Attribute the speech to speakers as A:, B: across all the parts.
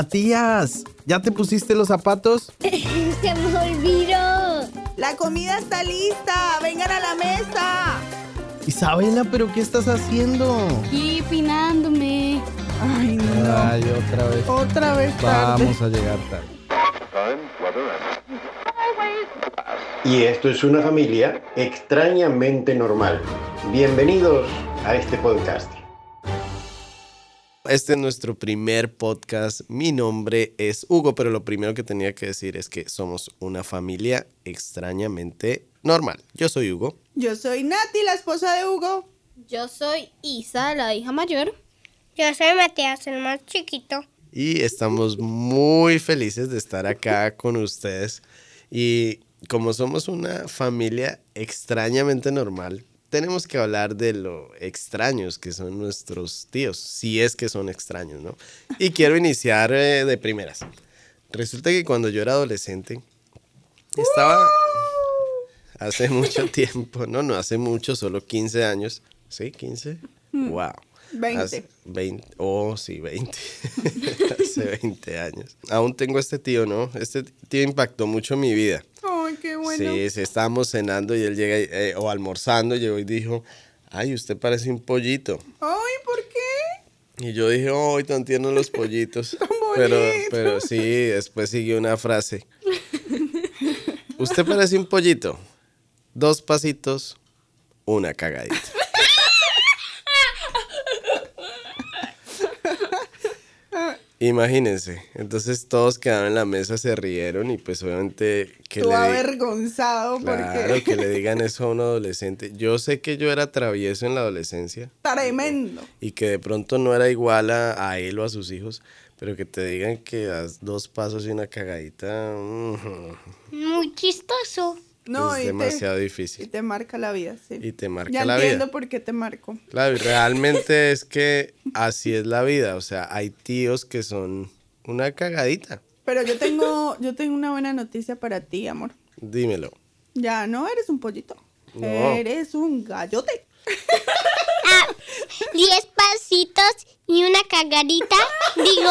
A: Matías, ¿ya te pusiste los zapatos?
B: Se me olvidó.
C: La comida está lista. Vengan a la mesa.
A: Isabela, ¿pero qué estás haciendo?
B: Y pinándome.
C: Ay, no.
A: Ay, otra vez.
C: Otra vez tarde.
A: Vamos a llegar Oh, tarde.
D: Y esto es una familia extrañamente normal. Bienvenidos a este podcast.
E: Este es nuestro primer podcast. Mi nombre es Hugo, pero lo primero que tenía que decir es que somos una familia extrañamente normal. Yo soy Hugo.
C: Yo soy Nati, la esposa de Hugo.
B: Yo soy Isa, la hija mayor.
F: Yo soy Matías, el más chiquito.
E: y estamos muy felices de estar acá con ustedes. Y como somos una familia extrañamente normal, tenemos que hablar de lo extraños que son nuestros tíos, si es que son extraños, ¿no? Y quiero iniciar eh, de primeras. Resulta que cuando yo era adolescente, estaba hace mucho tiempo, no, no hace mucho, solo 15 años, ¿sí? 15. Wow.
C: 20.
E: Hace 20. Oh, sí, 20. hace 20 años. Aún tengo este tío, ¿no? Este tío impactó mucho mi vida.
C: Ay, qué bueno.
E: Sí, sí, estábamos cenando y él llega y- eh, o almorzando, llegó y dijo, ay, usted parece un pollito.
C: Ay, ¿por qué?
E: Y yo dije, ay, tan tiernos los pollitos. pero, pero sí, después siguió una frase. Usted parece un pollito. Dos pasitos, una cagadita. Imagínense, entonces todos quedaron en la mesa, se rieron y pues obviamente que
C: Tú
E: le di-
C: avergonzado
E: Claro,
C: porque
E: que le digan eso a un adolescente. Yo sé que yo era travieso en la adolescencia
C: tremendo.
E: y que de pronto no era igual a, a él o a sus hijos, pero que te digan que das dos pasos y una cagadita mm,
F: Muy chistoso.
C: No,
E: es
C: y te-
E: demasiado
C: y te,
E: difícil.
C: marca la vida, sí.
E: Y te marca
C: ya
E: la
C: entiendo
E: vida.
C: por qué te marco.
E: Claro, y realmente es que así es la vida. O sea, hay tíos que son una cagadita.
C: Pero yo tengo, yo tengo una buena noticia para ti, amor.
E: Dímelo.
C: Ya no eres un pollito.
E: No.
C: Eres un gallote.
F: Diez pasitos y una cagarita. Digo,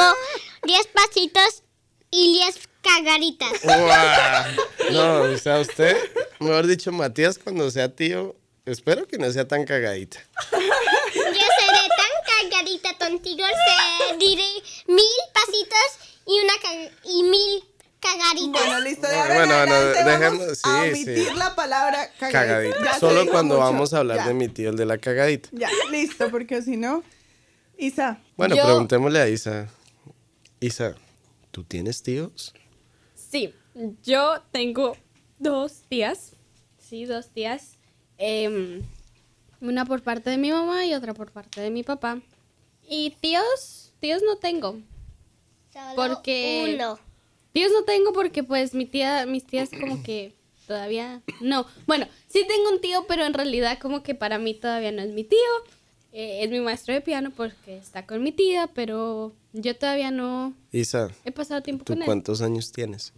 F: diez pasitos y diez cagaritas.
E: ¡Uah! No, o sea, usted, mejor dicho, Matías, cuando sea tío, espero que no sea tan cagadita.
F: Yo seré tan cagarita contigo, se diré mil pasitos y una ca- y mil cagaritas.
C: Bueno, listo. De
E: Bueno,
C: ahora en
E: bueno,
C: adelante
E: dejemos-
C: vamos
E: sí,
C: a omitir
E: sí.
C: la palabra cagadita.
E: Cagadita.
C: Ya te
E: Solo
C: digo
E: cuando
C: mucho.
E: vamos a hablar
C: Ya,
E: de mi tío, el de la cagadita.
C: Ya, listo, porque si no. Isa,
E: Bueno,
B: Yo-
E: preguntémosle a Isa. Isa, ¿tú tienes tíos?
G: Sí, yo tengo dos tías. Sí, dos tías. Em, una por parte de mi mamá y otra por parte de mi papá. Y tíos, tíos no tengo.
F: Solo
G: Porque-
F: uno.
G: Tíos no tengo porque pues mi tía, mis tías como que todavía no. Bueno, sí tengo un tío, pero en realidad como que para mí todavía no es mi tío. Eh, es mi maestro de piano porque está con mi tía, pero yo todavía no
E: Isa,
G: he pasado tiempo
E: ¿tú
G: con él.
E: cuántos años tienes?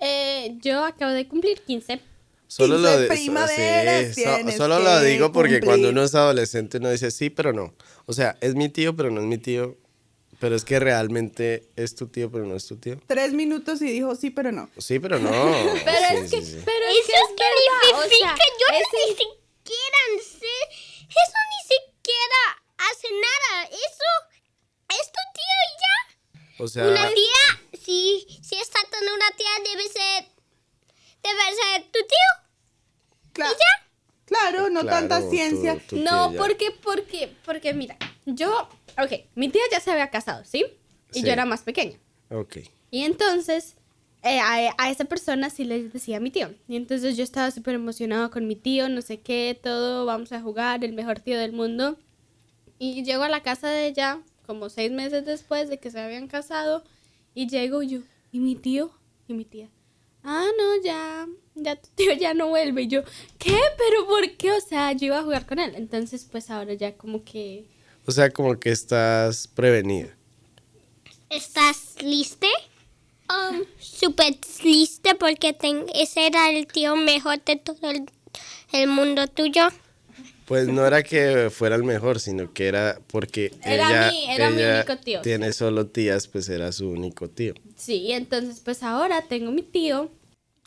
G: Eh, yo acabo de cumplir 15.
C: Quince
E: so-
C: primaveras
E: so-
C: tienes
E: solo lo
C: que
E: digo porque
C: cumplir.
E: cuando uno es adolescente uno dice sí, pero no. O sea, es mi tío, pero no es mi tío. Pero es que realmente es tu tío, pero no es tu tío.
C: tres minutos y dijo sí, pero no.
E: Sí, pero no.
G: Pero
E: Sí,
G: es que,
E: sí, sí.
G: pero es que
F: Eso
G: es verdad, o
F: significa
G: sea,
F: yo
G: es-
F: ni siquiera sé. Eso ni siquiera hace nada. Eso es tu tío y ya.
E: O sea,
F: Una tía, si, si está con una tía, debe ser. Debe ser tu tío.
C: Cla- Claro, no
E: claro,
C: tanta
E: tu-
C: ciencia.
E: tu tío
G: no,
E: ya.
G: porque, porque, porque mira, yo, ok, mi tía ya se había casado, ¿sí? Y
E: Sí.
G: yo era más pequeña.
E: Ok.
G: Y entonces, eh, a, a esa persona sí le decía mi tío. Y entonces yo estaba súper emocionada con mi tío, no sé qué, todo, vamos a jugar, el mejor tío del mundo. Y llego a la casa de ella, como seis meses después de que se habían casado, y llego yo, y mi tío, y mi tía. Ah, no, ya, ya tu tío ya no vuelve. Y yo, ¿qué? ¿Pero por qué? O sea, yo iba a jugar con él. Entonces, pues ahora ya como que...
E: O sea, como que estás prevenida.
F: ¿Estás lista?
G: Oh.
F: Súper lista porque ten- ese era el tío mejor de todo el, el mundo tuyo.
B: Pues no era que fuera el mejor, sino que era porque
G: Era
B: ella,
G: mi- era mi
B: ella
G: único tío.
B: tiene solo tías, pues era su único tío.
G: Sí, entonces pues ahora tengo mi tío.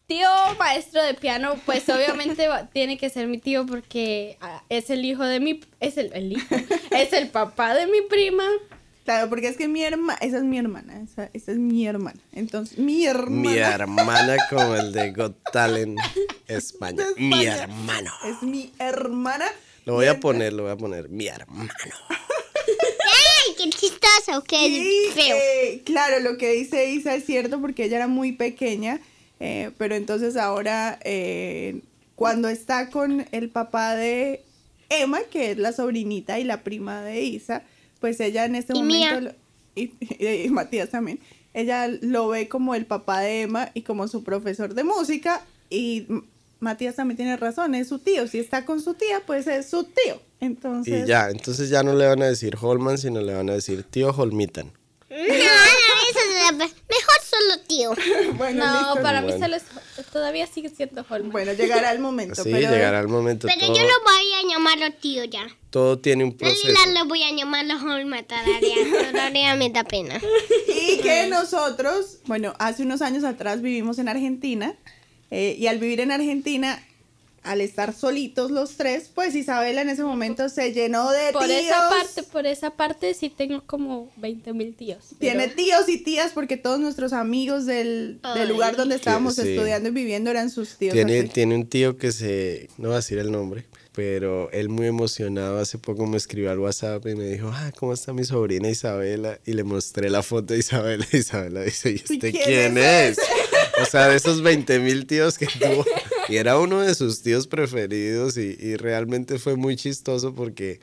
G: Tío maestro de piano, pues obviamente va- tiene que ser mi tío porque ah, es el hijo de mi... Es el, el hijo, es el papá de mi prima.
C: Claro, porque es que mi hermana, esa es mi hermana, esa, esa es mi hermana. Entonces, mi hermana
B: Mi hermana como el de Got Talent España. Mi hermano.
C: es mi hermana.
B: Lo voy a poner, lo voy a poner. Mi hermano.
F: ¡Ay, qué chistoso! ¡Qué
C: Y,
F: feo!
C: eh, claro, lo que dice Isa es cierto porque ella era muy pequeña, eh, pero entonces ahora eh, cuando está con el papá de Emma, que es la sobrinita y la prima de Isa, pues ella en este
F: Y
C: momento...
F: mía.
C: lo- y, y- y Matías también. Ella lo ve como el papá de Emma y como su profesor de música y... M- Matías también tiene razón, es su tío. Si está con su tía, pues es su tío. Entonces,
B: Y ya, entonces ya no le van a decir Holman, sino le van a decir tío Holmitan.
F: No, no, eso es la- mejor solo tío.
C: bueno,
G: No,
C: listo.
G: para mí
B: Bueno.
G: solo es- todavía sigue siendo Holman.
C: Bueno, llegará el momento.
B: Sí,
C: pero
B: llegará el momento.
F: Pero yo
B: todo,
F: lo voy a llamarlo tío ya.
B: todo tiene un
F: La
B: proceso.
F: lo voy a llamar los Holma Tararea. Tararea me da pena.
C: Y que nosotros, bueno, hace unos años atrás vivimos en Argentina eh, y al vivir en Argentina, al estar solitos los tres, pues Isabela en ese momento se llenó de
G: Por
C: tíos.
G: esa parte, por esa parte sí tengo como 20 mil tíos.
C: Tiene tíos y tías porque todos nuestros amigos del, del lugar donde estábamos
B: Sí, sí.
C: estudiando y viviendo eran sus tíos.
B: Tiene,
C: así.
B: tiene un tío que se. No voy a decir el nombre, pero él muy emocionado hace poco me escribió al WhatsApp y me dijo: Ah, ¿cómo está mi sobrina Isabela? Y le mostré la foto de Isabela. Isabela dice: ¿Y este
C: quién
B: quién, es? O sea, de esos 20 mil tíos que tuvo. Y era uno de sus tíos preferidos y, y realmente fue muy chistoso porque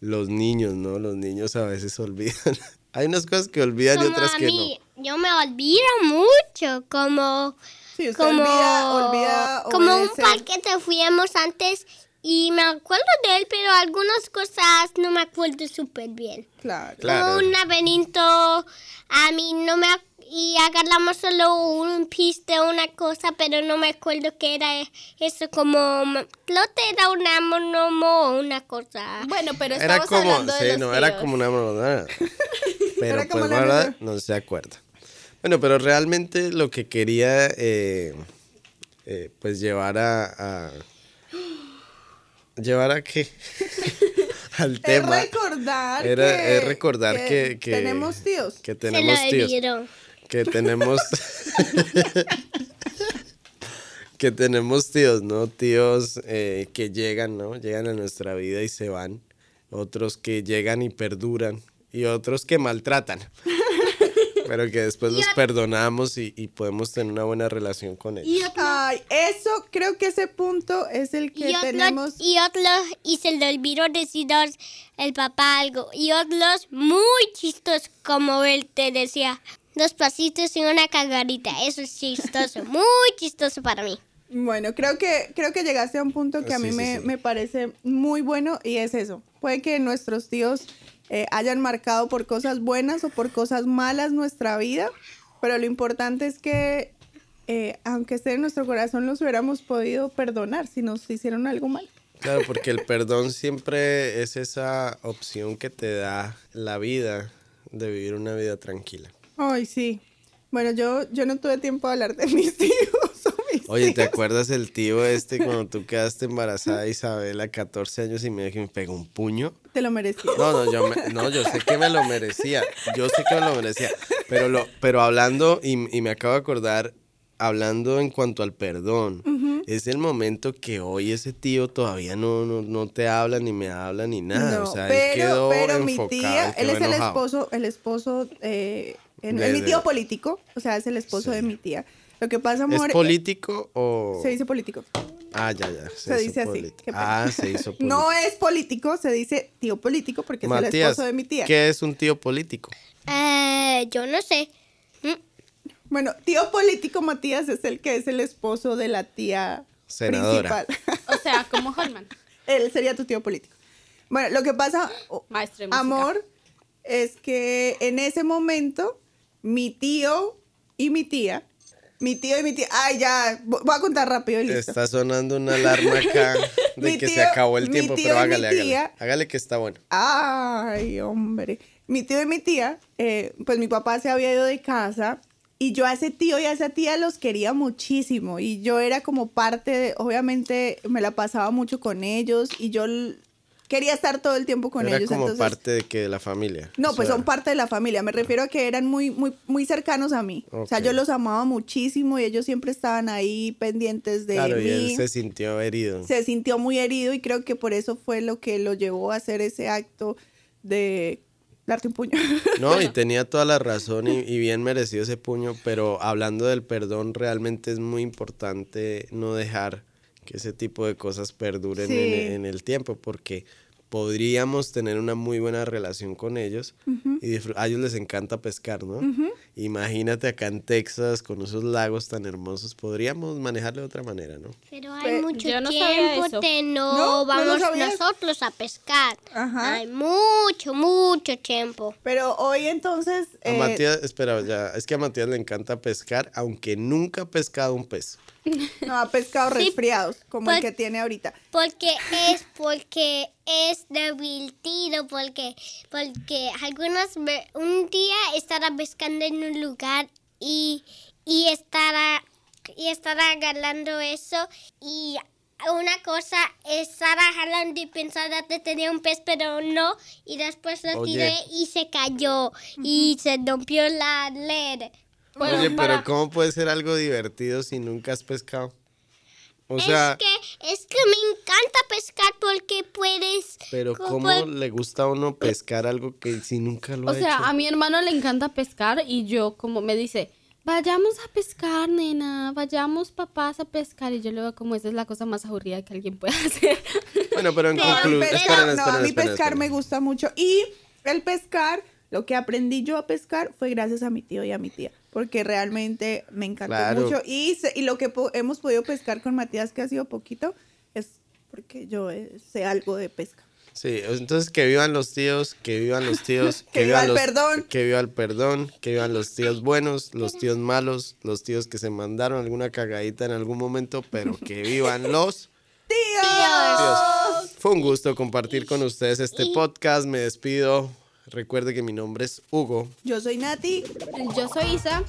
B: los niños, ¿no? Los niños a veces olvidan. Hay unas cosas que olvidan y
F: Como
B: otras
F: a
B: que no.
F: mí, yo me olvido mucho, como,
C: Sí, usted
F: como,
C: olvida, olvida
F: como un
C: obedecer.
F: parque que fuimos antes y me acuerdo de él, pero algunas cosas no me acuerdo súper bien.
C: Claro.
B: Claro.
F: Como un laberinto, a mí no me ac- y agarramos solo un piste una cosa, pero no me acuerdo qué era eso, como clote era un monomo o una cosa.
G: Bueno, pero
B: era
G: estamos
B: como,
G: hablando
B: sí,
G: de los
B: no,
G: tíos.
B: era como una monada. Pero
C: Era como
B: pues
C: la
B: la verdad
C: misma.
B: no se acuerda. Bueno, pero realmente lo que quería eh, eh, pues llevar a, a- llevar a qué al tema
C: Es recordar
B: era
C: que,
B: es recordar que, que-
C: tenemos tíos.
B: que
F: Se lo
B: tenemos tíos
F: olvidó.
B: que tenemos que tenemos tíos, ¿no? Tíos eh, que llegan, ¿no? Llegan a nuestra vida y se van. Otros que llegan y perduran. Y otros que maltratan. Pero que después los perdonamos y, y podemos tener una buena relación con ellos.
C: Ay, eso creo que ese punto es el que
F: Y otros,
C: tenemos.
F: y otros, y se le olvidó decir el papá algo. Y otros muy chistos, como él te decía. Dos pasitos y una cagarita. Eso es chistoso, muy chistoso para mí.
C: Bueno, creo que, creo que llegaste a un punto que a
B: Ah, Sí,
C: mí
B: sí,
C: me,
B: sí.
C: me parece muy bueno y es eso. Puede que nuestros tíos eh, hayan marcado por cosas buenas o por cosas malas nuestra vida, pero lo importante es que eh, aunque esté en nuestro corazón, los hubiéramos podido perdonar si nos hicieron algo mal.
B: Claro, porque el perdón siempre es esa opción que te da la vida de vivir una vida tranquila.
C: Ay, sí. Bueno, yo, yo no tuve tiempo de hablar de mis tíos. o mis
B: Oye, ¿te
C: tías.
B: acuerdas el tío este cuando tú quedaste embarazada, Isabela, 14 años y medio que me pegó un puño?
C: Te lo merecí.
B: No, no, yo, me- no, yo sé que me lo merecía. Yo sé que me lo merecía. Pero, lo, pero hablando, y, y me acabo de acordar, hablando en cuanto al perdón, es el momento que hoy ese tío todavía no, no, no te habla, ni me habla, ni nada.
C: No,
B: o sea, él
C: pero,
B: quedó
C: pero mi
B: enfocado.
C: tía,
B: él
C: él
B: quedó
C: es el
B: enojado.
C: esposo, el esposo, eh, en-
B: De-
C: es mi
B: de-
C: tío político, o sea, es el esposo
B: Sí.
C: de mi tía. Lo que pasa,
B: ¿Es
C: amor, eh,
B: político o...?
C: se dice político.
B: Ah, ya, ya.
C: Se
B: hizo
C: dice así,
B: político.
C: qué pena.
B: Ah, se hizo político.
C: No es político, se dice tío político porque es el esposo de mi tía.
B: ¿Qué es un tío político?
F: Eh, yo no sé.
C: Bueno, tío político Matías es el que es el esposo de la tía
B: Senadora.
C: principal.
G: O sea, como Holman,
C: Él sería tu tío político. Bueno, lo que pasa, o-
G: maestro de música.
C: amor, es que en ese momento mi tío y mi tía Mi tío y mi tía. Ay, ya. vo- Voy a contar rápido y listo.
B: Está sonando una alarma acá de
C: Mi
B: que se
C: tío-
B: acabó el
C: mi
B: tiempo,
C: tío y
B: pero
C: mi
B: hágale, hágale.
C: tía-
B: Hágale que está bueno.
C: Ay, hombre. Mi tío y mi tía, eh, pues mi papá se había ido de casa y yo a ese tío y a esa tía los quería muchísimo y yo era como parte de, obviamente me la pasaba mucho con ellos y yo l- quería estar todo el tiempo con
B: Era
C: ellos.
B: como
C: entonces-
B: parte de que de la familia.
C: No,
B: O
C: pues
B: sea,
C: son parte de la familia. Me refiero a que eran muy, muy, muy cercanos a mí. O sea,
B: Ok.
C: yo los amaba muchísimo y ellos siempre estaban ahí pendientes de
B: Claro, y
C: mí
B: él se sintió herido.
C: se sintió muy herido y creo que por eso fue lo que lo llevó a hacer ese acto de darte un puño.
B: No, y tenía toda la razón y, y bien merecido ese puño, pero hablando del perdón, realmente es muy importante no dejar que ese tipo de cosas perduren en,
C: Sí.
B: en el tiempo, porque podríamos tener una muy buena relación con ellos y disfr- a ellos les encanta pescar, ¿no? Imagínate acá en Texas con esos lagos tan hermosos, podríamos manejarlo de otra manera, ¿no?
F: Pero hay
C: Pero
F: mucho
G: yo no sabía
F: tiempo
G: eso.
F: que
C: No, no
F: no,
C: lo
F: vamos
C: sabía.
F: nosotros a pescar.
C: Ajá.
F: Hay mucho, mucho tiempo.
C: Pero hoy entonces...
B: A
C: eh,
B: Matías, espera, ya, es que a Matías le encanta pescar, aunque nunca ha pescado un pez.
C: no ha pescado
F: Sí,
C: resfriados, como el
F: pues-
C: que tiene ahorita.
F: Porque es, porque es divertido, porque, porque algunas ve- un día estará pescando en un lugar y, y estará y estará jalando eso y una cosa estará jalando y pensará que tenía un pez pero no y después lo
B: Oye.
F: tiré y se cayó y se rompió la led.
B: Oye, pero ¿cómo puede ser algo divertido si nunca has pescado? O sea,
F: es que es que me encanta pescar porque puedes
B: pero
F: co-
B: ¿cómo
F: por-
B: le gusta a uno pescar algo que si nunca lo
G: O
B: ha
G: sea, a
B: hecho?
G: mi hermano le encanta pescar y yo como me dice, vayamos a pescar, nena, vayamos papás a pescar. Y yo le digo como esa es la cosa más aburrida que alguien puede hacer.
B: Bueno, pero en
F: Pero
C: No, a mí
B: conclusión,
C: pescar-
B: esperen,
C: no, a
B: esperen,
C: mí
B: esperen,
C: pescar me
B: esperen.
C: gusta mucho. Y el pescar, lo que aprendí yo a pescar fue gracias a mi tío y a mi tía, porque realmente me encantó
B: Claro.
C: mucho. Y, se- y lo que po- hemos podido pescar con Matías, que ha sido poquito, es porque yo eh, sé algo de pesca.
B: Sí, entonces que vivan los tíos, que vivan los tíos,
C: Que viva el
B: los-
C: perdón.
B: que viva el perdón, que vivan los tíos buenos, los tíos malos, los tíos que se mandaron alguna cagadita en algún momento, pero que vivan los tíos. Fue un gusto compartir con ustedes este podcast, me despido. Recuerde que mi nombre es Hugo.
C: Yo soy Nati
G: Yo soy Isa.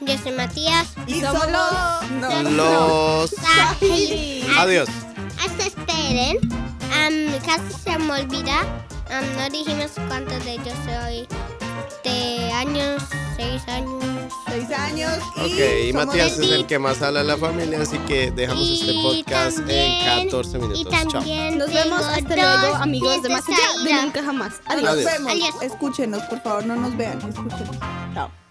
F: Yo soy Matías. Ah,
C: y,
G: somos
C: solo... No.
B: Los adiós.
F: Hasta esperen. Am, casi se me olvida. Am, no dijimos cuántos de ellos soy. De años, seis años.
C: seis años y,
B: Ok, y
C: somos
B: Matías es
F: del-
B: el que más habla de la familia, así que dejamos este podcast en 14 minutos.
F: Y
B: Chao.
F: también
G: Nos vemos
F: tengo
G: hasta luego,
F: dos
G: amigos de
F: nietos
G: más allá de
F: ahí.
G: nunca jamás.
C: Nos
B: Adiós.
C: vemos.
F: Adiós.
C: Escúchenos, por favor, no nos vean. Escúchenos. Chao.